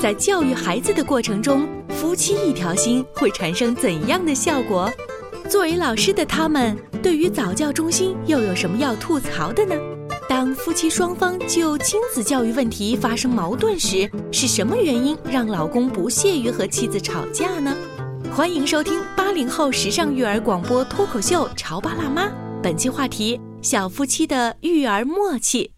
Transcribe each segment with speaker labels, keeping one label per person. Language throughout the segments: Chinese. Speaker 1: 在教育孩子的过程中，夫妻一条心会产生怎样的效果？作为老师的他们，对于早教中心又有什么要吐槽的呢？当夫妻双方就亲子教育问题发生矛盾时，是什么原因让老公不屑于和妻子吵架呢？欢迎收听八零后时尚育儿广播脱口秀《潮爸辣妈》，本期话题：小夫妻的育儿默契。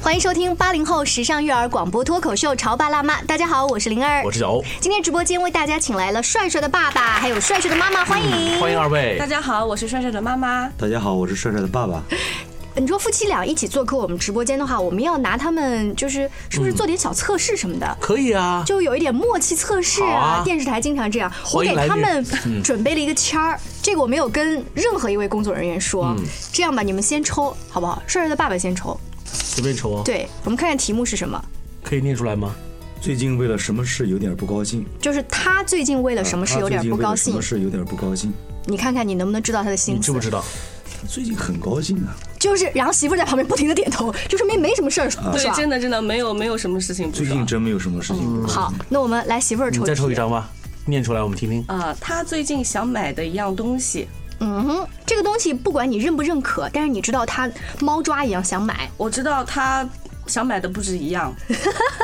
Speaker 2: 欢迎收听八零后时尚育儿广播脱口秀《潮爸辣妈》。大家好，我是灵儿，
Speaker 3: 我是小欧。
Speaker 2: 今天直播间为大家请来了帅帅的爸爸，还有帅帅的妈妈，欢迎、
Speaker 3: 嗯欢迎二位
Speaker 4: 大。家好，我是帅帅的妈妈。
Speaker 5: 大家好，我是帅帅的爸爸。
Speaker 2: 你说夫妻俩一起做客我们直播间的话，我们要拿他们就是是不是做点小测试什么的？
Speaker 3: 可以啊，
Speaker 2: 就有一点默契测试
Speaker 3: 好
Speaker 2: 啊，
Speaker 3: 啊
Speaker 2: 电视台经常这样。我
Speaker 3: 欢
Speaker 2: 给
Speaker 3: 迎来嗯
Speaker 2: 他
Speaker 3: 电
Speaker 2: 们准备了一个签儿，这个我没有跟任何一位工作人员说。
Speaker 3: 嗯
Speaker 2: 这样吧，你们先抽好不好？帅帅的爸爸先抽。
Speaker 3: 随便抽啊。，
Speaker 2: 对，我们看看题目是什么，
Speaker 3: 可以念出来吗？
Speaker 5: 最近为了什么事有点不高兴？
Speaker 2: 就是他最近
Speaker 3: 嗯
Speaker 2: 为了什么事
Speaker 5: 他
Speaker 2: 有点
Speaker 5: 最近
Speaker 2: 不
Speaker 5: 为了
Speaker 2: 高
Speaker 5: 什
Speaker 2: 兴
Speaker 5: 么，事有点不高兴？
Speaker 2: 你看看你能不能知道他的心
Speaker 3: 你知
Speaker 2: 思
Speaker 3: 不。知道？
Speaker 5: 他最近很高兴啊，
Speaker 2: 就是，然后媳妇儿在旁边不停的点头，就说明没什么
Speaker 3: 啊
Speaker 2: 事儿，是吧？
Speaker 4: 对，真的真的没有没有什么事情不
Speaker 5: 最
Speaker 4: 知道
Speaker 5: 近真没有什么事情不高兴。
Speaker 2: 好，那我们来媳妇儿
Speaker 3: 你
Speaker 2: 抽，
Speaker 3: 再抽一。张吧，念出来我们听听。
Speaker 4: 啊、他最近想买的一样东西，
Speaker 2: 嗯哼，这个东西不管你认不认可，但是你知道他猫抓一样想买，
Speaker 4: 我知道他想买的不止 一样。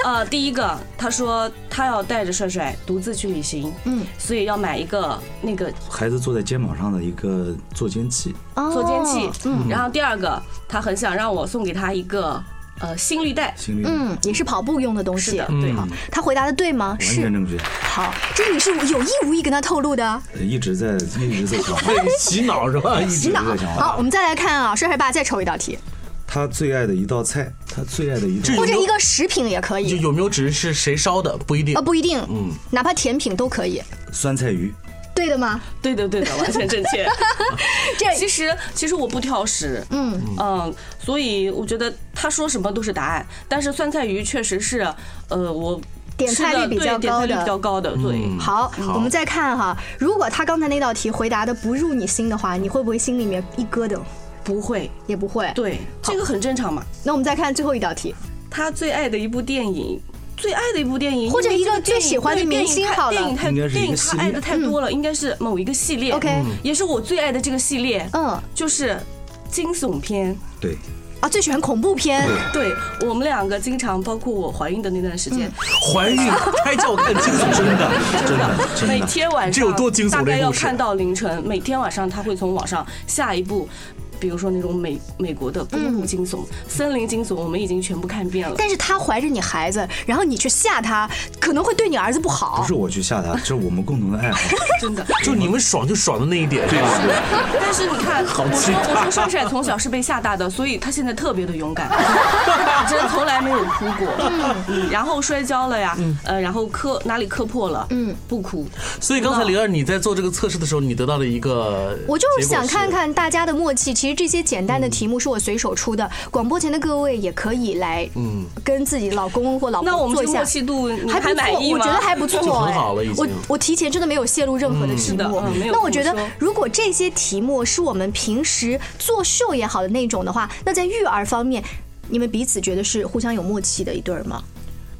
Speaker 4: 呃，第一个，他说他要带着帅帅独自去旅行，
Speaker 2: 嗯，
Speaker 4: 所以要买一个那个
Speaker 5: 孩子坐在肩膀上的一个坐肩器，
Speaker 2: 哦
Speaker 4: 坐肩器。
Speaker 2: 嗯
Speaker 4: 然后第二个，他很想让我送给他一个呃心率带。
Speaker 5: 心率完
Speaker 2: 嗯，也是跑步用的东西。
Speaker 4: 是的，对，
Speaker 3: 嗯
Speaker 2: 好，他回答的对吗？
Speaker 5: 全
Speaker 2: 是。
Speaker 5: 正确，
Speaker 2: 好，这你是有意无意跟他透露的
Speaker 5: 一直在一直在想，
Speaker 3: 被 洗脑是吧？一直
Speaker 2: 洗脑
Speaker 5: 这个想。法
Speaker 2: 好，我们再来看啊，帅帅爸再抽一道题，
Speaker 5: 他最爱的一道菜，他最爱的一道
Speaker 2: 或者一个食品也可
Speaker 3: 就
Speaker 2: 以。
Speaker 3: 哎有嗯没有只是谁烧的不一定
Speaker 2: 啊，。不一定，哪怕甜品都可以，
Speaker 5: 酸菜鱼，
Speaker 2: 对的吗？
Speaker 4: 对的，对的，完全正 确。
Speaker 2: 这
Speaker 4: 其实其实我不挑食，
Speaker 2: 嗯
Speaker 4: 嗯，所以我觉得他说什么都是答案。但是酸菜鱼确实是，呃，我
Speaker 2: 点
Speaker 4: 吃
Speaker 2: 菜率
Speaker 4: 的
Speaker 2: 比较
Speaker 4: 对点菜
Speaker 2: 高
Speaker 4: 率
Speaker 2: 的
Speaker 4: 比较高的，对。
Speaker 5: 嗯
Speaker 2: 好，我们再看哈，如果他刚才那道题回答的不入你心的话，你会不会心里面一咯噔？
Speaker 4: 不会，
Speaker 2: 也不会。，
Speaker 4: 对，这个很正常嘛。
Speaker 2: 那我们再看最后一道题，
Speaker 4: 他最爱的一部电影，最爱的一部电影，
Speaker 2: 或者
Speaker 4: 因为
Speaker 2: 一个
Speaker 4: 这电影
Speaker 2: 最喜欢的
Speaker 4: 对电影
Speaker 2: 明星
Speaker 4: 太
Speaker 2: 好了嗯
Speaker 4: 电影太
Speaker 5: 应该是一个
Speaker 4: 电影
Speaker 5: 系
Speaker 4: 他
Speaker 5: 列
Speaker 4: 爱的太多了，应该是某一个系列。
Speaker 2: OK 嗯
Speaker 4: 也是我最爱的这个系列，
Speaker 2: 嗯
Speaker 4: 就是惊悚片。
Speaker 5: 对，
Speaker 2: 啊，最喜欢恐怖片，
Speaker 4: 对我们两个经常，包括我怀孕的那段时间，
Speaker 2: 嗯
Speaker 3: 怀孕胎教看清楚，真的。
Speaker 5: 真的真
Speaker 4: 每
Speaker 5: 的，
Speaker 4: 天晚上
Speaker 3: 这有多惊悚
Speaker 4: 大
Speaker 5: 啊
Speaker 4: 概
Speaker 3: 这
Speaker 4: 要
Speaker 3: 故事
Speaker 4: 看到凌晨。每天晚上他会从网上下一部，比如说那种美美国的公
Speaker 2: 嗯
Speaker 4: 路惊悚、森林惊悚，我们已经全部看遍了。
Speaker 2: 但是他怀着你孩子，然后你去吓他，可能会对你儿子不好。
Speaker 5: 不是我去吓他，这是我们共同的 爱好。
Speaker 4: 真的，
Speaker 3: 就你们爽就爽的那一点是吧？
Speaker 4: 但是你看，我
Speaker 3: 期
Speaker 4: 说
Speaker 3: 待
Speaker 4: 我说帅帅从小是被吓大的，所以他现在特别的 勇敢，真的从来没有哭过。嗯，然后摔跤了呀，
Speaker 2: 嗯
Speaker 4: 呃，然后磕哪里磕破了，嗯，不哭。
Speaker 3: 所以刚才灵儿你在做这个测试的时候，你得到了一个，
Speaker 2: 我就是想看。看大家的默契。其实这些简单的题目是我随手出的，广播前的各位也可以来，嗯，跟自己老公或老
Speaker 4: 那我
Speaker 2: 婆
Speaker 4: 们
Speaker 2: 做
Speaker 4: 这
Speaker 2: 一
Speaker 4: 个
Speaker 2: 下
Speaker 4: 默。契度，你
Speaker 2: 还不
Speaker 4: 满
Speaker 2: 错，
Speaker 4: 意
Speaker 2: 我
Speaker 4: 吗？
Speaker 2: 觉得还不错，
Speaker 3: 就很
Speaker 2: 哎
Speaker 3: 好了已经
Speaker 2: 我我提前真的没有泄露任何的题
Speaker 4: 是的
Speaker 2: 目
Speaker 4: 嗯没，
Speaker 2: 那
Speaker 4: 有跟
Speaker 2: 我
Speaker 4: 我
Speaker 2: 觉得
Speaker 4: 说
Speaker 2: 如果这些题目是我们平时做秀也好的那种的话，那在育儿方面，你们彼此觉得是互相有默契的一对儿吗？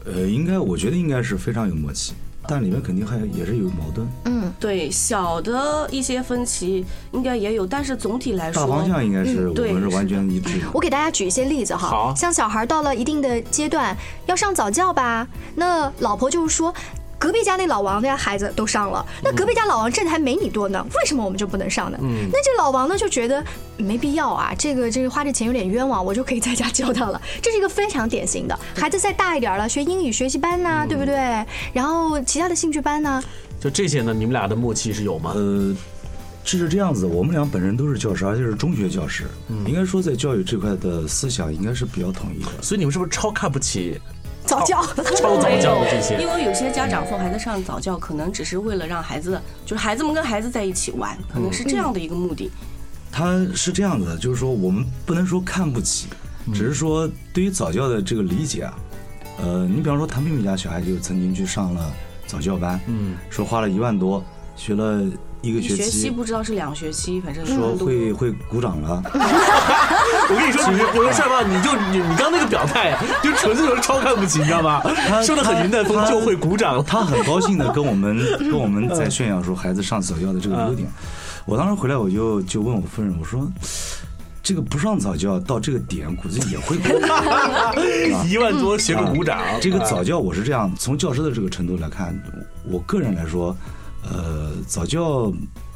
Speaker 5: 呃，应该我觉得应该是非常有默契，但里面肯定还有也是有矛盾。
Speaker 2: 嗯，
Speaker 4: 对，小的一些分歧应该也有，但是总体来说，
Speaker 5: 大方向应该是
Speaker 4: 嗯
Speaker 5: 我
Speaker 4: 对
Speaker 5: 们是完全一致的。
Speaker 2: 我给大家举一些例子哈，
Speaker 3: 好
Speaker 2: 像小孩到了一定的阶段要上早教吧，那老婆就是说。隔壁家那老王家孩子都上了，那
Speaker 3: 嗯
Speaker 2: 隔壁家老王挣的还没你多呢，为什么我们就不能上呢？那这老王呢就觉得没必要啊，这个这个花这钱有点冤枉，我就可以在家教他了。这是一个非常典型的，孩子再大一点了，学英语学习班呐、
Speaker 3: 嗯
Speaker 2: 对不对？然后其他的兴趣班呐、
Speaker 3: 就这些呢，你们俩的默契是有吗？
Speaker 5: 呃，这是这样子的，我们俩本身都是教师，而且是中学教师，应该说在教育这块的思想应该是比较统一的。
Speaker 3: 所以你们是不是超看不起
Speaker 2: 早教。
Speaker 3: 超早教的这
Speaker 4: 因
Speaker 3: 些？
Speaker 4: 为有些家长送孩子上早教，可能只是为了让孩子，就是孩子们跟孩子在一起玩，可能是这样的一个目的。
Speaker 5: 他是这样子的，就是说我们不能说看不起，只是说对于早教的这个理解啊，呃，你比方说他妹妹家小孩就曾经去上了早教班，
Speaker 3: 嗯，
Speaker 5: 说花了一万多，学了一
Speaker 2: 嗯
Speaker 5: 个
Speaker 4: 一
Speaker 5: 学
Speaker 4: 学期
Speaker 5: 期，
Speaker 4: 不知道是两学期，反正
Speaker 5: 说
Speaker 4: 很多
Speaker 5: 会会鼓掌了，
Speaker 3: 我跟你说，你我跟帅爸，你就你你刚那个表态，就纯粹就是超看不起，你知道吗？说的很云淡风轻，会鼓掌。
Speaker 5: 他很高兴的跟我们跟我们在炫耀说孩子上早教的这个优点。我当时回来我就就问我夫人，我说这个不上早教到这个点估计也会哭。
Speaker 3: 一万多学个鼓掌，
Speaker 5: 这个早教我是这样，从教师的这个程度来看，我我个人来说，呃，早教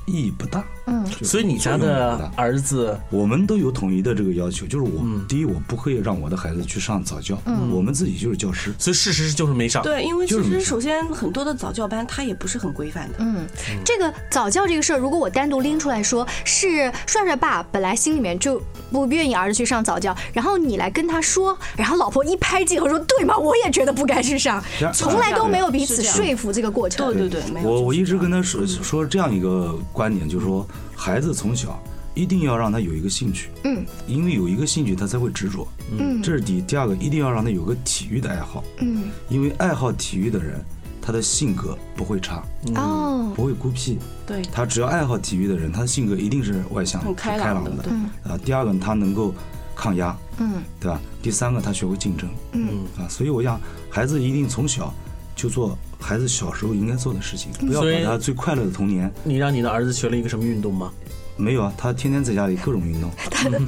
Speaker 5: 意义不大。嗯，
Speaker 3: 所以你家
Speaker 5: 作用
Speaker 3: 的
Speaker 5: 不大
Speaker 3: 儿子
Speaker 5: 我们都有统一的这个要求，就是我、
Speaker 3: 嗯
Speaker 5: 第一，我不会让我的孩子去上早教，我们自己就是教师。
Speaker 3: 所以事实就是没上。
Speaker 4: 对，因为其
Speaker 5: 啊就是没
Speaker 4: 实
Speaker 5: 事
Speaker 4: 首先很多的早教班它也不是很规范的，
Speaker 2: 嗯，这个早教这个事儿，如果我单独拎出来说，是帅帅爸本来心里面就不愿意儿子去上早教，然后你来跟他说，然后老婆一拍即合说，对吗？我也觉得不该去上
Speaker 5: 这，样
Speaker 2: 从来都没有彼此
Speaker 4: 是这样
Speaker 2: 说服这个过程。
Speaker 4: 对对对，没有。
Speaker 5: 我我一直跟他说
Speaker 4: 嗯
Speaker 5: 说这样一个观点，就是说孩子从小一定要让他有一个兴趣，
Speaker 2: 嗯，
Speaker 5: 因为有一个兴趣他才会执着，
Speaker 2: 嗯
Speaker 5: 这是第一。第二个，一定要让他有个体育的爱好，
Speaker 2: 嗯
Speaker 5: 因为爱好体育的人，他的性格不会差，
Speaker 2: 哦，
Speaker 5: 不会孤僻，
Speaker 4: 对，
Speaker 5: 他只要爱好体育的人，他的性格一定是外向的、
Speaker 4: 很开
Speaker 5: 开
Speaker 4: 朗
Speaker 5: 朗
Speaker 4: 的
Speaker 5: 的。
Speaker 4: 对
Speaker 5: 啊，第二个他能够抗压，
Speaker 2: 嗯
Speaker 5: 对吧？第三个他学会竞争，
Speaker 2: 嗯
Speaker 5: 啊，所以我想孩子一定从小就做孩子小时候应该做的事情，不要
Speaker 3: 所以
Speaker 5: 管他最快乐的童年。
Speaker 3: 你让你的儿子学了一个什么运动吗？
Speaker 5: 没有啊，他天天在家里各种运动，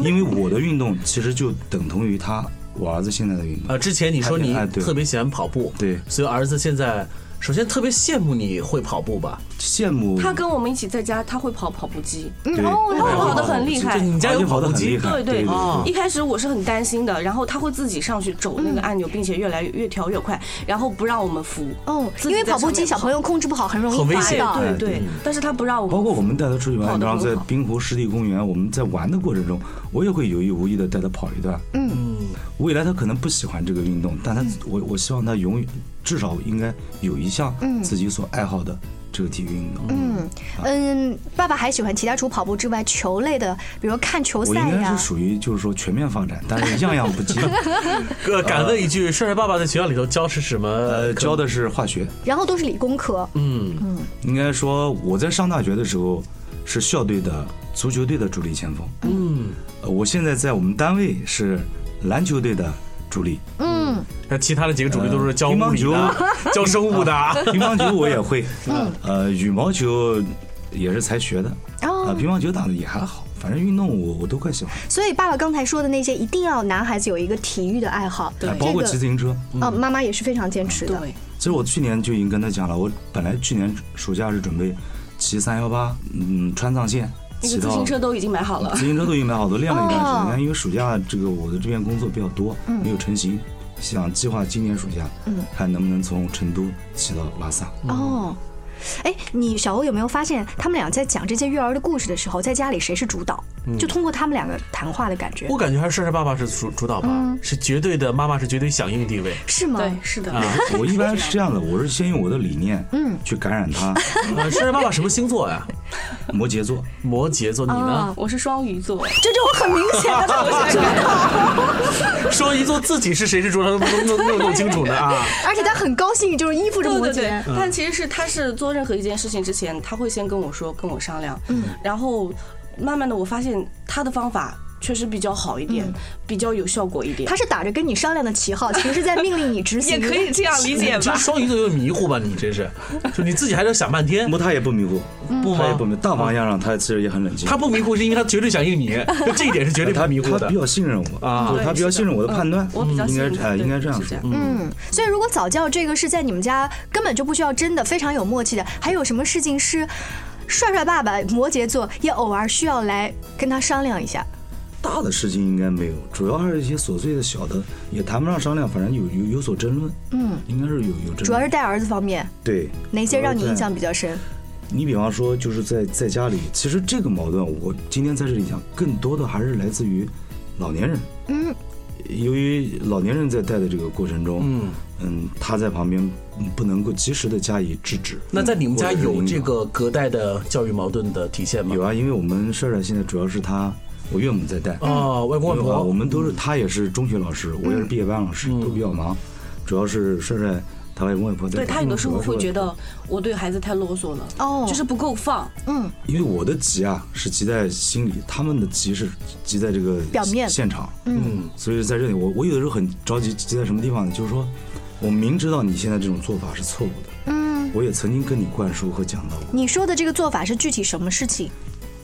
Speaker 5: 因为我的运动其实就等同于他我儿子现在的运动。
Speaker 3: 呃，之前你说你
Speaker 5: 哎对
Speaker 3: 特别喜欢跑步，
Speaker 5: 对
Speaker 3: 所以儿子现在首先特别羡慕你会跑步吧？
Speaker 5: 羡慕
Speaker 4: 他跟我们一起在家，他会跑跑步机，
Speaker 2: 嗯哦，
Speaker 4: 他跑得很厉害
Speaker 3: 就。你家有
Speaker 5: 哦跑
Speaker 3: 跑
Speaker 5: 得
Speaker 3: 步
Speaker 5: 很厉
Speaker 3: 机，
Speaker 5: 害，
Speaker 4: 对
Speaker 5: 对
Speaker 4: 对
Speaker 3: 哦
Speaker 4: 一开始我是很担心的，然后他会自己上去走那个按钮，并且越来越越跳越快，然后不让我们扶。
Speaker 2: 哦，
Speaker 4: 自己
Speaker 2: 因为
Speaker 4: 在
Speaker 2: 跑步
Speaker 4: 上
Speaker 2: 机
Speaker 4: 面
Speaker 2: 小朋友控制不好，很容
Speaker 3: 很
Speaker 2: 易
Speaker 3: 危
Speaker 2: 滑
Speaker 3: 险
Speaker 2: 倒。
Speaker 4: 对
Speaker 5: 哎
Speaker 4: 对
Speaker 5: 对，
Speaker 4: 但是他不让我们扶。
Speaker 5: 包括我们带他出去玩，
Speaker 4: 跑
Speaker 5: 比
Speaker 4: 得
Speaker 5: 方
Speaker 4: 很
Speaker 5: 在
Speaker 4: 好
Speaker 5: 滨湖湿地公园，我们在玩的过程中，我也会有意无意的带他跑一段。
Speaker 2: 嗯，
Speaker 5: 未来他可能不喜欢这个运动，但他、我我希望他永远至少应该有一项
Speaker 2: 嗯
Speaker 5: 自己所爱好的这个体育运动。
Speaker 2: 嗯嗯，爸爸还喜欢其他除跑步之外球类的，比如看球
Speaker 5: 我
Speaker 2: 赛
Speaker 5: 应该
Speaker 2: 呀
Speaker 5: 是。属于就是说全面发展，但是样样不精。
Speaker 3: 呃，敢问一句，帅帅爸爸在学校里头教是什么？
Speaker 5: 呃，教的是化学，
Speaker 2: 然后都是理工科，
Speaker 3: 嗯，
Speaker 5: 应该说我在上大学的时候是校队的足球队的主力前锋。
Speaker 3: 嗯，
Speaker 5: 呃我现在在我们单位是篮球队的主力，
Speaker 2: 嗯，
Speaker 3: 那其他的几个主力都是教
Speaker 5: 呃
Speaker 3: 物
Speaker 5: 乒乓啊
Speaker 3: 理的， 教生物的。
Speaker 5: 乒乓球我也会，
Speaker 4: 嗯
Speaker 5: 呃，羽毛球也是才学的，啊，
Speaker 2: 哦，
Speaker 5: 乒乓球打的也还好，反正运动我我都快喜欢，
Speaker 2: 所以爸爸刚才说的那些，一定要男孩子有一个体育的爱好，
Speaker 5: 哎包括骑嗯自行车。
Speaker 2: 啊、妈妈也是非常坚持的。
Speaker 4: 对，
Speaker 5: 其实我去年就已经跟他讲了，我本来去年暑假是准备骑三幺八，嗯，川藏线，
Speaker 4: 那
Speaker 5: 骑
Speaker 4: 个
Speaker 5: 到
Speaker 4: 自行车都已经买好了
Speaker 5: 自。行车都已经买好，都练了一段时
Speaker 2: 哦
Speaker 5: 间。但因为暑假这个我的这边工作比较多，
Speaker 4: 嗯
Speaker 5: 没有成型，想计划今年暑假，看能不能从成都骑到拉 萨。
Speaker 4: 嗯
Speaker 2: 哦，哎，你小欧有没有发现，他们俩在讲这些育儿的故事的时候，在家里谁是主导？
Speaker 4: 嗯
Speaker 2: 就通过他们两个谈话的感觉
Speaker 3: 我，感觉还是帅帅爸爸是主主导吧，
Speaker 4: 嗯
Speaker 3: 是绝对的，妈妈是绝对响应地位。
Speaker 2: 是吗？
Speaker 4: 对，是的。
Speaker 5: 我一般是这样的，我是先用我的理念，嗯，去感染他。
Speaker 3: 呃，帅帅爸爸什么星座呀？
Speaker 5: 摩羯座，
Speaker 3: 摩羯座，你呢？
Speaker 4: 我是双鱼座，
Speaker 2: 这种很明显的主导，
Speaker 3: 双鱼座自己是谁是主导，都不弄弄弄清楚呢啊！
Speaker 2: 而且他很高兴，就是依附着摩
Speaker 4: 对对
Speaker 2: 羯
Speaker 4: 对。，
Speaker 5: 嗯
Speaker 4: 但其实是他是做任何一件事情之前，他会先跟我说，跟我商量，嗯，然后慢慢的我发现他的方法确实比较好一点，比较有效果一点。
Speaker 2: 他是打着跟你商量的旗号，其实是在命令你执行。
Speaker 4: 也可以这样 理解
Speaker 3: 你这
Speaker 4: 吧
Speaker 3: 个？双鱼座有点迷糊吧？你真是，就你自己还在想半天。
Speaker 5: 不，他也不迷糊，
Speaker 3: 不
Speaker 5: 他也
Speaker 3: 吗
Speaker 5: 不？迷，大方向上他其实也很冷静。
Speaker 3: 他不迷糊是因为他绝对相信你，就这一点是绝对
Speaker 5: 他
Speaker 3: 不迷糊
Speaker 5: 他
Speaker 3: 的
Speaker 5: 比。较信任我
Speaker 3: 啊
Speaker 5: 就是他比较信任我的判断，
Speaker 4: 嗯我比较
Speaker 5: 应该
Speaker 4: 信任
Speaker 5: 哎
Speaker 4: 对
Speaker 5: 应该这样
Speaker 4: 是这
Speaker 5: 说
Speaker 4: 样。
Speaker 2: 嗯，所以如果早教这个是在你们家根本就不需要真的非常有默契的，还有什么事情是帅帅爸爸摩羯座也偶尔需要来跟他商量一下？
Speaker 5: 大的事情应该没有，主要还是一些琐碎的小的，也谈不上商量，反正有有有所争论。嗯，应该是有有争论。
Speaker 2: 主要是带儿子方面，
Speaker 5: 对
Speaker 2: 哪些让你
Speaker 5: 主要
Speaker 2: 印
Speaker 5: 在
Speaker 2: 象比较深？
Speaker 5: 你比方说，就是在在家里，其实这个矛盾，我今天在这里讲，更多的还是来自于老年人。
Speaker 2: 嗯，
Speaker 5: 由于老年人在带的这个过程中，嗯他在旁边嗯不能够及时的加以制止。
Speaker 3: 那在你们家
Speaker 5: 或者是
Speaker 3: 有
Speaker 5: 引
Speaker 3: 这
Speaker 5: 导
Speaker 3: 个隔代的教育矛盾的体现吗？
Speaker 5: 有啊？因为我们帅帅现在主要是他我岳母在带。
Speaker 3: 哦，嗯外公外
Speaker 5: 因为啊
Speaker 3: 婆，
Speaker 5: 我们都是他也是中学老师，
Speaker 4: 嗯
Speaker 5: 我也是毕业班老师，
Speaker 3: 嗯
Speaker 5: 都比较忙，主要是帅帅他外公外婆在带。
Speaker 4: 对他有的时
Speaker 5: 嗯
Speaker 4: 候会觉
Speaker 5: 得，
Speaker 4: 得我对孩子太啰嗦了，
Speaker 2: 哦
Speaker 4: 就是不够放。
Speaker 5: 因为我的急啊是急在心里，他们的急是急在这个
Speaker 2: 表面
Speaker 5: 现场，嗯，所以在这里我我有的时候很着急，急在什么地方呢？就是说我明知道你现在这种做法是错误的，嗯，我也曾经跟你灌输和讲到过，
Speaker 2: 你说的这个做法是具体什么事情？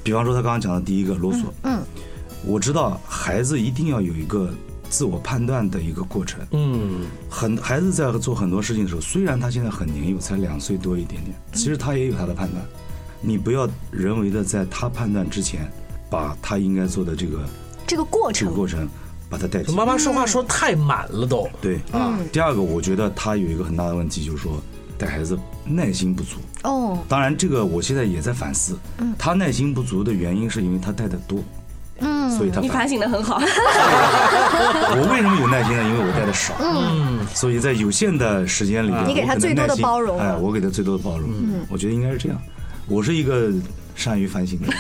Speaker 5: 比方说他刚刚讲的第一个啰嗦，
Speaker 2: 嗯
Speaker 5: 我知道孩子一定要有一个自我判断的一个过程，
Speaker 3: 嗯，
Speaker 5: 很孩子在做很多事情的时候，虽然他现在很年幼，才两岁多一点点，
Speaker 2: 嗯
Speaker 5: 其实他也有他的判断。你不要人为的在他判断之前，把他应该做的这个
Speaker 2: 这个过
Speaker 5: 这个
Speaker 2: 程，
Speaker 5: 过程把它带进。
Speaker 3: 妈妈说话说太满了都。
Speaker 5: 对啊。
Speaker 2: 嗯
Speaker 5: 第二个，我觉得他有一个很大的问题，就是说带孩子耐心不足。
Speaker 2: 哦，
Speaker 5: 当然，这个我现在也在反思。
Speaker 2: 嗯
Speaker 5: 他耐心不足的原因是因为他带的多。嗯，所以他
Speaker 4: 你反省的很好，
Speaker 5: 我为什么有耐心呢？因为我带的少，嗯，所以在有限的时间里边，
Speaker 2: 嗯你给他
Speaker 5: 我可能
Speaker 2: 最多的
Speaker 5: 耐心
Speaker 2: 包容
Speaker 5: 哎，我给他最多的包容，嗯，我觉得应该是这样。我是一个善于反省的人，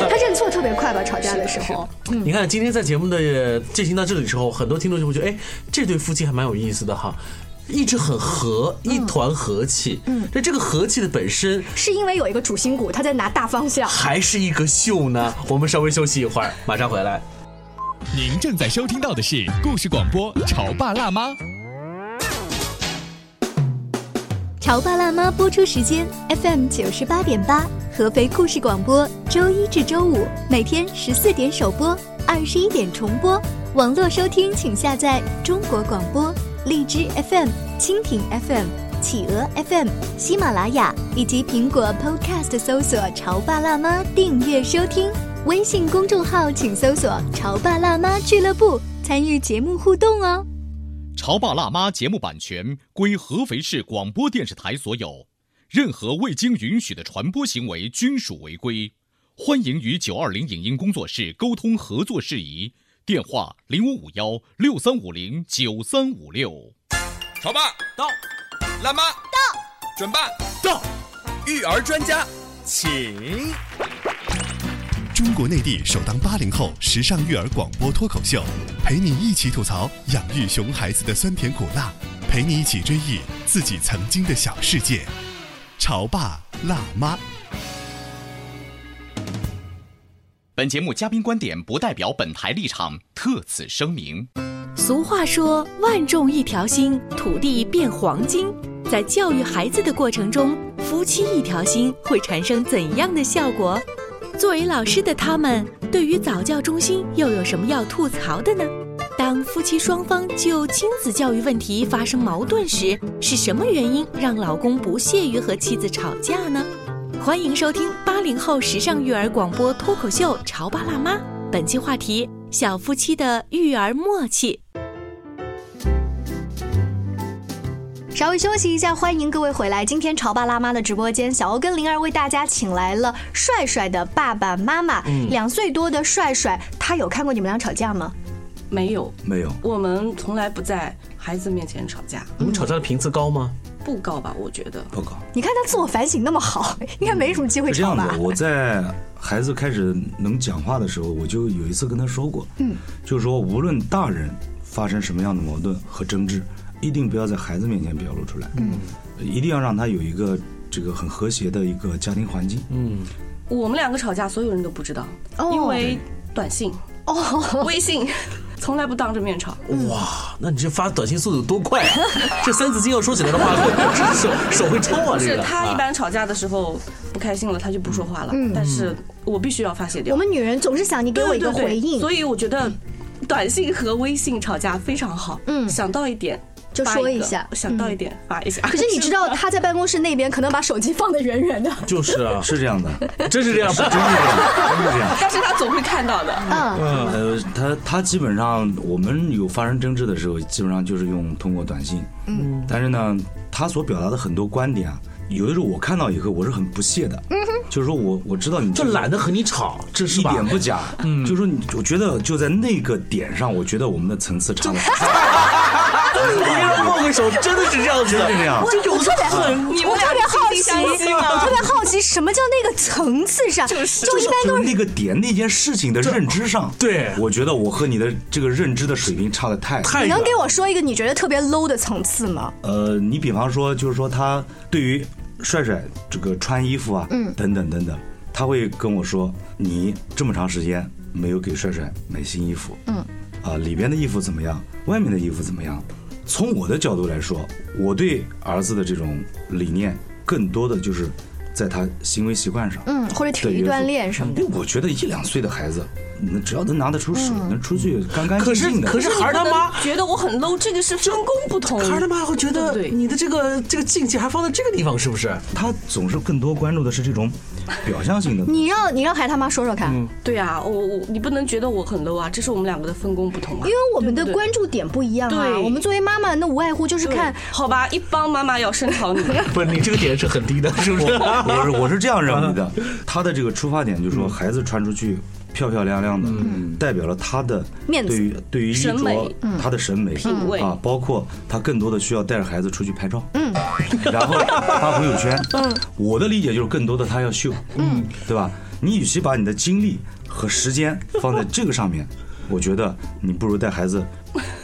Speaker 2: 他认错特别快吧？吵架的时候，
Speaker 3: 你看，今天在节目的呃进行到这里之后，很多听众就会觉得，哎，这对夫妻还蛮有意思的哈，一直很和，一团和气。嗯，那这个和气的本身
Speaker 2: 是因为有一个主心骨，他在拿大方向。
Speaker 3: 还是一个秀呢。我们稍微休息一会儿，马上回来。
Speaker 6: 您正在收听到的是故事广播《潮爸辣妈》。
Speaker 7: 《潮爸辣妈》播出时间：FM 九十八点八，合肥故事广播，周一至周五每天十四点首播，二十一点重播。网络收听，请下载中国广播、荔枝 FM、蜻蜓 FM、企鹅 FM、喜马拉雅以及苹果 Podcast 搜索“潮爸辣妈”订阅收听。微信公众号请搜索“潮爸辣妈俱乐部”，参与节目互动哦。
Speaker 6: 《潮爸辣妈》节目版权归合肥市广播电视台所有，任何未经允许的传播行为均属违规。欢迎与九二零影音工作室沟通合作事宜，电话零五五幺六三五零九三五六。
Speaker 8: 潮爸到，辣妈到，准爸到，育儿专家，请。
Speaker 9: 中国内地首档八零后时尚育儿广播脱口秀，陪你一起吐槽养育熊孩子的酸甜苦辣，陪你一起追忆自己曾经的小世界。潮爸辣妈，
Speaker 6: 本节目嘉宾观点不代表本台立场，特此声明。
Speaker 1: 俗话说“万众一条心，土地变黄金”。在教育孩子的过程中，夫妻一条心会产生怎样的效果？作为老师的他们，对于早教中心又有什么要吐槽的呢？当夫妻双方就亲子教育问题发生矛盾时，是什么原因让老公不屑于和妻子吵架呢？欢迎收听八零后时尚育儿广播脱口秀《潮爸辣妈》，本期话题：小夫妻的育儿默契。
Speaker 2: 稍微休息一下，欢迎各位回来。今天潮爸辣妈的直播间，小欧跟灵儿为大家请来了帅帅的爸爸妈妈，
Speaker 4: 嗯
Speaker 2: 两岁多的帅帅，他有看过你们俩吵架吗？
Speaker 4: 没有，
Speaker 5: 没有，
Speaker 4: 我们从来不在孩子面前吵架，
Speaker 3: 你们吵架的频次高吗？
Speaker 4: 不高吧？我觉得
Speaker 5: 报告
Speaker 2: 你看他自我反省那么好，应该没什么机会
Speaker 5: 是这样
Speaker 2: 吵吧
Speaker 5: 的。？我在孩子开始能讲话的时候，我就有一次跟他说过，嗯，就是说无论大人发生什么样的矛盾和争执，一定不要在孩子面前表露出来，嗯，一定要让他有一个这个很和谐的一个家庭环境，嗯，
Speaker 2: 哦
Speaker 4: 我们两个吵架，所有人都不知道，因为短信。哦，微信 从来不当着面吵。
Speaker 3: 哇，那你这发短信速度多快啊！ 这《三字经》要说起来的话，手手会抽啊！
Speaker 4: 不
Speaker 3: 这
Speaker 4: 是
Speaker 3: 个
Speaker 4: 他一般
Speaker 3: 啊
Speaker 4: 吵架的时候不开心了，他就不说话了
Speaker 2: 嗯。
Speaker 4: 但是我必须要发泄掉。
Speaker 2: 我们女人总是想你给我一个
Speaker 4: 对对对
Speaker 2: 回应，
Speaker 4: 所以我觉得短信和微信吵架非常好。嗯，想到一点
Speaker 2: 就
Speaker 4: 发
Speaker 2: 说
Speaker 4: 一
Speaker 2: 一
Speaker 4: 个
Speaker 2: 下嗯
Speaker 4: 想到一点发一下。
Speaker 2: 可是 你知道他在办公室那边可能把手机放得远远的，
Speaker 3: 就是啊，
Speaker 5: 是这样的，
Speaker 3: 真是这样，
Speaker 5: 真是这样，真是这样。
Speaker 4: 但是他总会看到的。
Speaker 2: 嗯，
Speaker 5: 呃，他他基本上我们有发生争执的时候，基本上就是用通过短信。
Speaker 2: 嗯，
Speaker 5: 但是呢，他所表达的很多观点啊，有的时候我看到以后我是很不屑的。嗯哼，就是说我我知道你
Speaker 3: 就懒得和你吵，
Speaker 5: 这是一点不假。嗯，就是说你，我觉得就在那个点上，我觉得我们的层次差了。
Speaker 3: 你让握个手，真的是这样子，
Speaker 5: 真是这样
Speaker 2: 我
Speaker 3: 这有
Speaker 2: 我特
Speaker 3: 的
Speaker 2: 别
Speaker 3: 很，
Speaker 4: 你
Speaker 2: 我
Speaker 4: 们俩
Speaker 2: 特别好奇，
Speaker 4: 惺惺相惜吗
Speaker 2: 我特别好奇什么叫那个层次上，就一般
Speaker 5: 就
Speaker 2: 都
Speaker 5: 是
Speaker 2: 是
Speaker 5: 那个点、那件事情的认知上，
Speaker 3: 对，
Speaker 5: 我觉得我和你的这个认知的水平差的太
Speaker 3: 太
Speaker 2: 你能给我说一个你觉得特别 low 的层次吗？
Speaker 5: 呃，你比方说，就是说他对于帅帅这个穿衣服啊，
Speaker 2: 嗯
Speaker 5: 等等等等，他会跟我说，你这么长时间没有给帅帅买新衣服，
Speaker 2: 嗯，
Speaker 5: 啊、里边的衣服怎么样，外面的衣服怎么样？从我的角度来说，我对儿子的这种理念，更多的就是在他行为习惯上，
Speaker 2: 嗯，或者体育锻炼什么的。
Speaker 5: 因为哎我觉得一两岁的孩子，能只要能拿得出手，
Speaker 2: 嗯
Speaker 5: 能出去干干
Speaker 3: 可
Speaker 5: 净
Speaker 3: 是
Speaker 5: 净的。
Speaker 3: 可是孩儿他妈
Speaker 4: 觉得我很 low，这个是分工不同。
Speaker 3: 孩儿他妈会觉得
Speaker 4: 对不对
Speaker 3: 你的这个这个境界还放在这个地方，是不是？
Speaker 5: 他总是更多关注的是这种表象性的。
Speaker 2: 你让你让孩他妈说说看，
Speaker 5: 嗯
Speaker 4: 对啊，我我你不能觉得我很 low 啊，这是我们两个的分工不同啊。
Speaker 2: 因为我们的
Speaker 4: 对不对
Speaker 2: 关注点不一样啊。
Speaker 4: 对
Speaker 2: 我们作为妈妈，那无外乎就是看
Speaker 4: 好吧，一帮妈妈要声讨 你。
Speaker 3: 不是你这个点是很低的， 是不是？
Speaker 5: 我是我是这样认为的，他的这个出发点就是说，孩子穿出去漂漂亮亮的，代表了他的
Speaker 2: 面子
Speaker 5: 对于对于衣
Speaker 2: 审
Speaker 5: 着
Speaker 2: 美嗯
Speaker 5: 他的审美
Speaker 4: 品味
Speaker 5: 啊，包括他更多的需要带着孩子出去拍照，
Speaker 2: 嗯，
Speaker 5: 然后发朋友圈。
Speaker 2: 嗯，
Speaker 5: 我的理解就是更多的他要秀，嗯，对吧？你与其把你的精力和时间放在这个 上面，我觉得你不如带孩子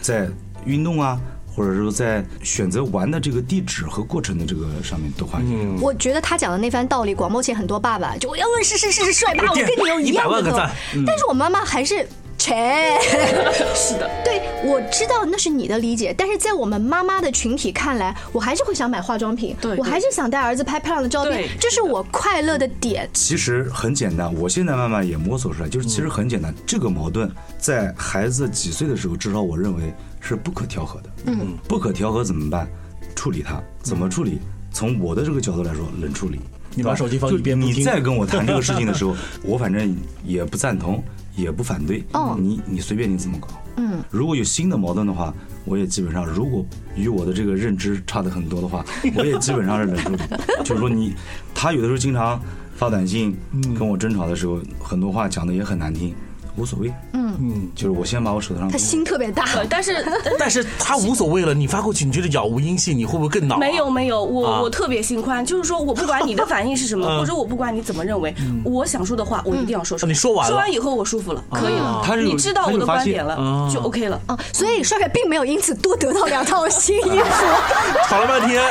Speaker 5: 在运动啊。或者说，在选择玩的这个地址和过程的这个上面多花一点。
Speaker 2: 我觉得他讲的那番道理，广播前很多爸爸就我要问是是是是帅爸，
Speaker 5: 我
Speaker 2: 我
Speaker 5: 点
Speaker 2: 跟你有一样
Speaker 5: 100
Speaker 2: 的
Speaker 5: 万个
Speaker 2: 头
Speaker 5: 赞嗯，
Speaker 2: 但是我妈妈还是切，
Speaker 4: 是的，
Speaker 2: 对，我知道那是你的理解，但是在我们妈妈的群体看来，我还是会想买化妆品，我还是想带儿子拍漂亮的照片
Speaker 5: 对，
Speaker 2: 这是我快乐的点。
Speaker 5: 其实很简单，我现在慢慢也摸索出来，就是其实很简单。这个矛盾在孩子几岁的时候，至少我认为是不可调和的。
Speaker 2: 嗯，
Speaker 5: 不可调和怎么办？处理它，怎么处理？从我的这个角度来说，冷处理。
Speaker 3: 你把
Speaker 5: 对吧
Speaker 3: 手机放一边
Speaker 5: 就
Speaker 3: 不
Speaker 5: 你
Speaker 3: 听
Speaker 5: 再跟我谈这个事情的时候，我反正也不赞同，也不反对。
Speaker 2: 哦
Speaker 5: 你你随便你怎么搞。
Speaker 2: 嗯，
Speaker 5: 如果有新的矛盾的话，我也基本上，如果与我的这个认知差的很多的话，我也基本上是忍住的。就是说你，他有的时候经常发短信跟我争吵的时候，很多话讲的也很难听，无所谓。
Speaker 2: 嗯
Speaker 3: 嗯，
Speaker 5: 就是我先把我手头上
Speaker 2: 他心特别大，
Speaker 4: 但是
Speaker 3: 但是他无所谓了，你发过去，你觉得杳无音信，你会不会更恼啊？
Speaker 4: 没有没有，我、
Speaker 3: 啊
Speaker 4: 我特别心宽，就是说我不管你的反应是什么，
Speaker 3: 嗯
Speaker 4: 或者我不管你怎么认为，我想说的话我一定要说出
Speaker 3: 嗯
Speaker 4: 来。
Speaker 3: 你说完了
Speaker 4: 说完以后我舒服了，可以了
Speaker 3: 啊，他是有
Speaker 4: 你知道我的观点
Speaker 3: 他有发
Speaker 4: 了，
Speaker 3: 现
Speaker 4: 就 OK 了。
Speaker 2: 啊，所以帅帅并没有因此多得到两套新衣服。
Speaker 3: 吵了半天，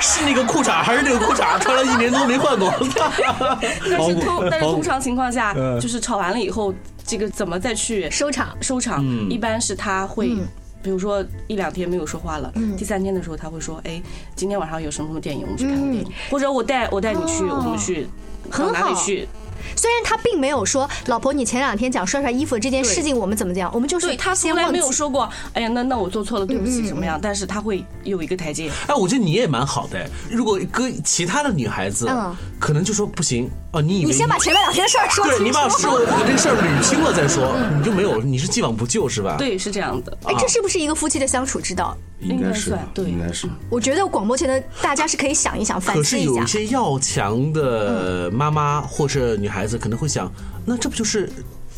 Speaker 3: 是那个裤衩还是那个裤衩穿了一年多没换过？
Speaker 4: 但
Speaker 3: 但
Speaker 4: 是通啊但是通常情况下，
Speaker 3: 嗯
Speaker 4: 就是吵完了以后，这个怎么再去
Speaker 2: 收场？
Speaker 4: 收场
Speaker 3: 嗯
Speaker 4: 一般是他会。
Speaker 2: 嗯
Speaker 4: 比如说一两天没有说话了，第三天的时候他会说：“哎，今天晚上有什么什么电影，我们去看个电影，或者我带我带你去，
Speaker 2: 嗯哦
Speaker 4: 我们去
Speaker 2: 很
Speaker 4: 到哪里
Speaker 2: 好
Speaker 4: 去。
Speaker 2: 虽然他并没有说，老婆，你前两天讲帅帅衣服这件事情，我们怎么讲？我们”就是
Speaker 4: 对他从
Speaker 2: 先
Speaker 4: 来
Speaker 2: 忘
Speaker 4: 没
Speaker 2: 记
Speaker 4: 有说过：“哎呀，那那我做错了，对不
Speaker 2: 嗯嗯
Speaker 4: 起，
Speaker 2: 嗯
Speaker 4: 什么样？”但是他会有一个台阶。
Speaker 3: 哎，我觉得你也蛮好的。如果跟其他的女孩子
Speaker 4: 嗯，
Speaker 3: 可能就说不行哦，你以为
Speaker 4: 你先把前面两天事儿说清楚
Speaker 3: 对你把事我啊这事儿捋清了再说，
Speaker 2: 嗯
Speaker 3: 你就没有，你是既往不咎是吧？，
Speaker 4: 对，是这样
Speaker 5: 啊
Speaker 4: 的。
Speaker 2: 哎，这是不是一个夫妻的相处之道？
Speaker 5: 应该是，应该是。
Speaker 2: 我觉得广播前的大家是可以想一想，反
Speaker 3: 可
Speaker 2: 思
Speaker 3: 是
Speaker 2: 一
Speaker 3: 有
Speaker 2: 下
Speaker 3: 一。嗯些要强的妈妈或是女孩子可能会想，那这不就是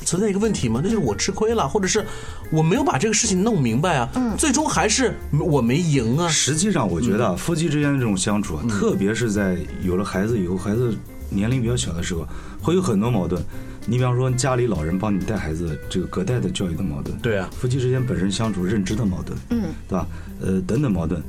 Speaker 3: 存在一个问题吗？那就是我吃亏了，或者是我没有把这个事情弄明白啊，最终还是我没赢
Speaker 4: 嗯
Speaker 3: 啊。
Speaker 5: 实际上，我觉得啊夫妻之间的这种相处啊，特别是在有了孩子以后，孩子年龄比较小的时候，会有很多矛盾。你比方说，家里老人帮你带孩子，这个隔代的教育的矛盾，
Speaker 3: 对啊，
Speaker 5: 夫妻之间本身相处认知的矛盾，
Speaker 2: 嗯，
Speaker 5: 对吧？呃，等等矛盾，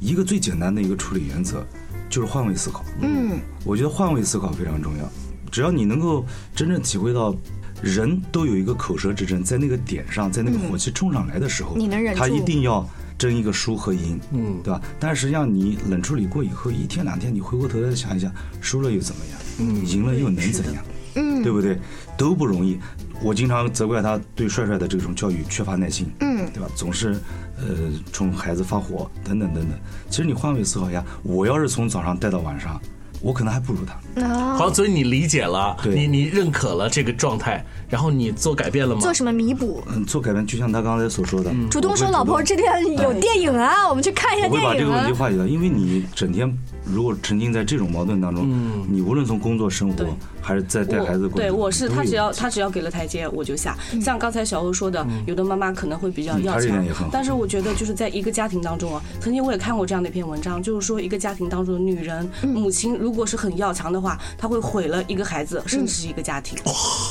Speaker 5: 一个最简单的一个处理原则就是换位思考。
Speaker 2: 嗯，
Speaker 5: 我觉得换位思考非常重要。只要你能够真正体会到人都有一个口舌之争，在那个点上，在那个火气冲上来的时候，
Speaker 2: 嗯你能忍
Speaker 5: 他一
Speaker 2: 住
Speaker 5: 定要争一个输和赢，嗯，对吧？但实际上你冷处理过以后，一天两天，你回过头来想一想，输了又怎么样？嗯，赢了又能怎样？
Speaker 2: 嗯
Speaker 5: 对不对？都不容易。我经常责怪他对帅帅的这种教育缺乏耐心，
Speaker 2: 嗯
Speaker 5: 对吧？总是呃冲孩子发火等等等等。其实你换位思考一下，我要是从早上带到晚上，我可能还不如他。
Speaker 2: 啊
Speaker 3: 好，所以你理解了，你你认可了这个状态，然后你做改变了吗？
Speaker 2: 做什么弥补？
Speaker 5: 嗯，做改变就像他刚才所说
Speaker 3: 嗯
Speaker 5: 的，
Speaker 2: 主动说老婆，这边有电影啊，我们去看一下
Speaker 5: 我会
Speaker 2: 电
Speaker 5: 把这
Speaker 2: 影
Speaker 5: 个问
Speaker 2: 啊
Speaker 5: 题。化解掉，因为你整天如果沉浸在这种矛盾当中，
Speaker 3: 嗯
Speaker 5: 你无论从工作、生活还是在带
Speaker 4: 我
Speaker 5: 孩子的过程
Speaker 4: 对
Speaker 5: 中，
Speaker 4: 我是
Speaker 5: 你都
Speaker 4: 他
Speaker 5: 有
Speaker 4: 只要他只要给了台阶我就下，像刚才小欧说的，有的妈妈可能会比较
Speaker 5: 嗯
Speaker 4: 要
Speaker 5: 他这
Speaker 4: 强
Speaker 5: 点也很好，
Speaker 4: 但是我觉得就是在一个家庭当中啊，曾经我也看过这样的一篇文章，就是说一个家庭当中的女人母亲如果是很要强的话，她会毁了一个孩子，甚至是一个家庭。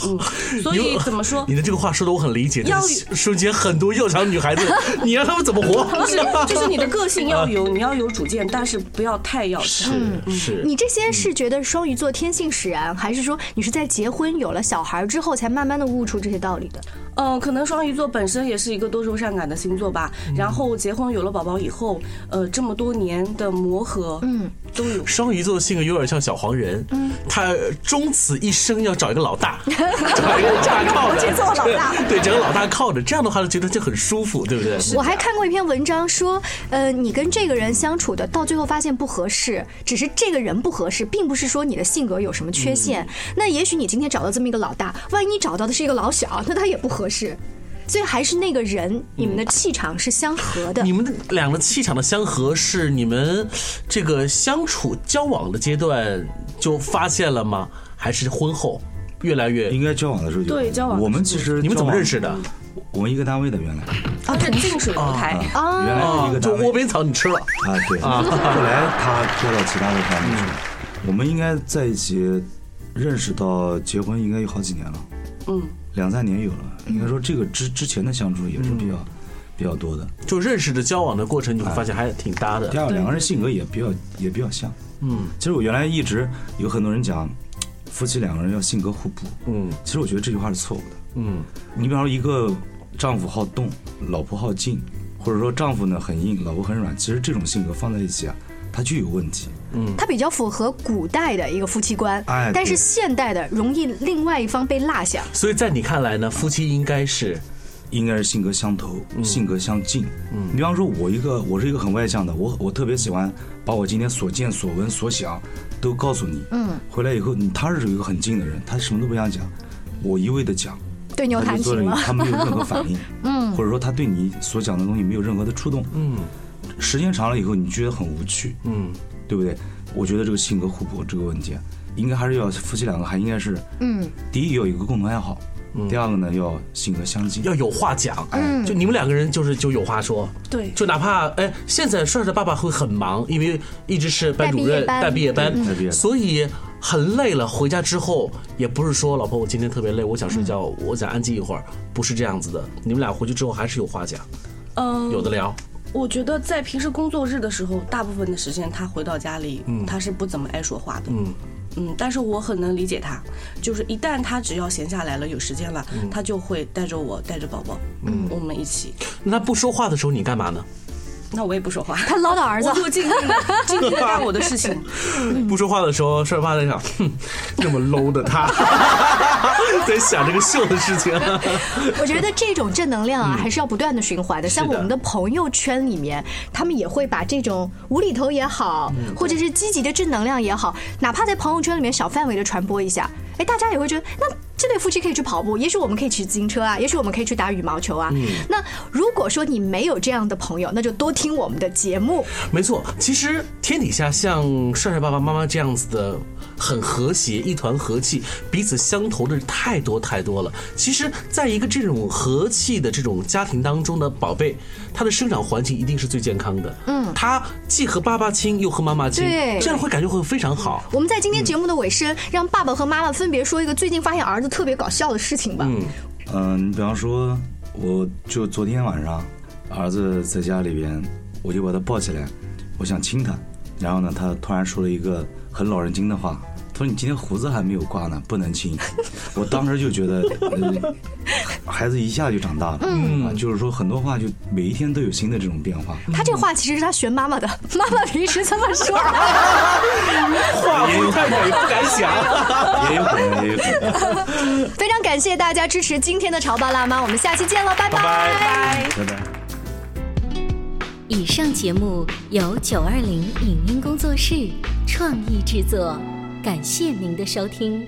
Speaker 4: 嗯，所以
Speaker 3: 有？
Speaker 4: 怎么说
Speaker 3: 你的这个话说的我很理解，
Speaker 4: 要
Speaker 3: 就是瞬间很多要强女 孩子，你让他们怎么活？
Speaker 4: 不是，就是你的个性要有，你要有主见，但是不要太要 强。
Speaker 3: 是是
Speaker 2: 你这些是觉得双鱼座天性使然，还是说你是在结婚有了小孩之后才慢慢的悟出这些道理的？
Speaker 4: 嗯，可能双鱼座本身也是一个多愁善感的星座吧。然后结婚有了宝宝以后，呃，这么多年的磨合，嗯，都有。
Speaker 3: 双鱼座的性格有点像小黄人，他终此一生要找一个老 大，找一个大靠
Speaker 2: 我去做老大
Speaker 3: 着，对，找个老大靠着，这样的话就觉得这很舒服，对不对？
Speaker 2: 我还看过一篇文章说，呃，你跟这个人相处的，到最后发现不合适，只是这个人不合适，并不是说你的性格有什么缺陷。
Speaker 5: 嗯
Speaker 2: 那也许你今天找到这么一个老大，万一你找到的是一个老小，那他也不合适。所以还是那个人，你们的气场是相合的。
Speaker 5: 嗯
Speaker 3: 你们两个气场的相合是你们这个相处交往的阶段就发现了吗？还是婚后越来越
Speaker 5: 应该交往的时候就
Speaker 4: 对交往的时候
Speaker 5: 我们其实
Speaker 3: 你们怎么
Speaker 5: 交往
Speaker 3: 认识的？
Speaker 5: 我们一个单位的原来
Speaker 4: 啊，这近水楼台
Speaker 5: 啊原来是一个单
Speaker 3: 哦就
Speaker 5: 位
Speaker 3: 窝边草你吃了
Speaker 5: 啊，对
Speaker 3: 啊
Speaker 5: 后来他跳到其他的单位去了，我们应该在一起认识到结婚应该有好几年了，
Speaker 4: 嗯，
Speaker 5: 两三年有了。应该说这个之之前的相处也是比较比较多的。
Speaker 3: 就认识的交往的过程，你会发现还挺搭的。
Speaker 5: 第二，两个人性格也比较也比较像。
Speaker 3: 嗯，
Speaker 5: 其实我原来一直有很多人讲，夫妻两个人要性格互补。
Speaker 3: 嗯，
Speaker 5: 其实我觉得这句话是错误的。
Speaker 3: 嗯，
Speaker 5: 你比方说一个丈夫好动，老婆好静，或者说丈夫呢很硬，老婆很软，其实这种性格放在一起啊，它就有问题。
Speaker 3: 嗯，
Speaker 2: 它比较符合古代的一个夫妻观，
Speaker 5: 哎
Speaker 2: 但是
Speaker 5: 对
Speaker 2: 现代的容易另外一方被落下。
Speaker 3: 所以在你看来呢，夫妻应该是
Speaker 5: 应该是性格相投、性格相近。嗯，你比方说，我一个我是一个很外向的，我我特别喜欢把我今天所见所闻所想都告诉你。
Speaker 2: 嗯，
Speaker 5: 回来以后，你他是一个很静的人，他什么都不想讲，我一味的讲，
Speaker 2: 对牛
Speaker 5: 他
Speaker 2: 弹
Speaker 5: 就坐
Speaker 2: 琴
Speaker 5: 着你，
Speaker 2: 了，
Speaker 5: 他没有任何反应，
Speaker 2: 嗯
Speaker 5: 或者说他对你所讲的东西没有任何的触动。
Speaker 3: 嗯，
Speaker 5: 时间长了以后，你觉得很无趣。
Speaker 3: 嗯，
Speaker 5: 对不对？我觉得这个性格互补这个问题啊，应该还是要夫妻两个还应该是
Speaker 2: 嗯，
Speaker 5: 第一要有一个共同爱好，第二个呢要性格相近，
Speaker 3: 嗯要有话讲，
Speaker 5: 嗯
Speaker 3: 就你们两个人就是就有话说，
Speaker 4: 对，
Speaker 3: 就哪怕哎，现在帅帅爸爸会很忙，因为一直是班主任带
Speaker 2: 带
Speaker 3: 毕
Speaker 2: 毕
Speaker 3: 业
Speaker 2: 业
Speaker 3: 班
Speaker 2: 班，
Speaker 5: 嗯带毕业班
Speaker 3: 所以很累了，回家之后也不是说老婆我今天特别累，我想睡觉，我想安静一会儿，不是这样子的。你们俩回去之后还是有话讲，
Speaker 4: 嗯，
Speaker 3: 有的聊。
Speaker 4: 我觉得在平时工作日的时候，大部分的时间他回到家里，
Speaker 3: 嗯
Speaker 4: 他是不怎么爱说话的。
Speaker 3: 嗯
Speaker 4: 嗯，但是我很能理解他，就是一旦他只要闲下来了，有时间了，他就会带着我，带着宝宝，嗯，我们一起。
Speaker 3: 那不说话的时候你干嘛呢？
Speaker 4: 那我也不说话，
Speaker 2: 他唠叨儿子
Speaker 4: 我就静静地静静地干我的事情。
Speaker 3: 不说话的时候，帅爸在想，哼，那么 low 的他， 在想这个秀的事情。
Speaker 2: 我觉得这种正能量啊，还是要不断的循环的。
Speaker 3: 嗯是的
Speaker 2: 像我们的朋友圈里面，他们也会把这种无厘头也好，
Speaker 3: 嗯
Speaker 2: 或者是积极的正能量也好，哪怕在朋友圈里面小范围的传播一下，哎，大家也会觉得，那这对夫妻可以去跑步，也许我们可以骑自行车啊，也许我们可以去打羽毛球啊。
Speaker 3: 嗯
Speaker 2: 那如果说你没有这样的朋友，那就多听我们的节目。
Speaker 3: 没错，其实天底下像帅帅爸爸妈妈这样子的，很和谐，一团和气，彼此相投的太多太多了。其实，在一个这种和气的这种家庭当中的宝贝，他的生长环境一定是最健康的。嗯，他既和爸爸亲，又和妈妈亲，
Speaker 2: 对
Speaker 3: 这样会感觉会非常好。
Speaker 2: 我们在今天节目的尾声，让爸爸和妈妈分别说一个最近发现儿子特别搞笑的事情吧。
Speaker 3: 嗯，
Speaker 5: 嗯，你比方说，我就昨天晚上，儿子在家里边，我就把他抱起来，我想亲他，然后呢，他突然说了一个很老人精的话，他说你今天胡子还没有刮呢，不能亲。 我当时就觉得，呃、孩子一下就长大了，
Speaker 2: 嗯
Speaker 5: 啊，就是说很多话就每一天都有新的这种 变化。
Speaker 2: 他这话其实是他学妈妈的，妈妈平时这 么说。
Speaker 5: 话不太美不敢
Speaker 2: 想
Speaker 5: 也有可能，也有可能。
Speaker 2: 非常感谢大家支持今天的潮爸辣妈，我们下期见了，拜拜。
Speaker 5: 拜拜。
Speaker 1: 以上节目由九二零影音工作室创意制作，感谢您的收听。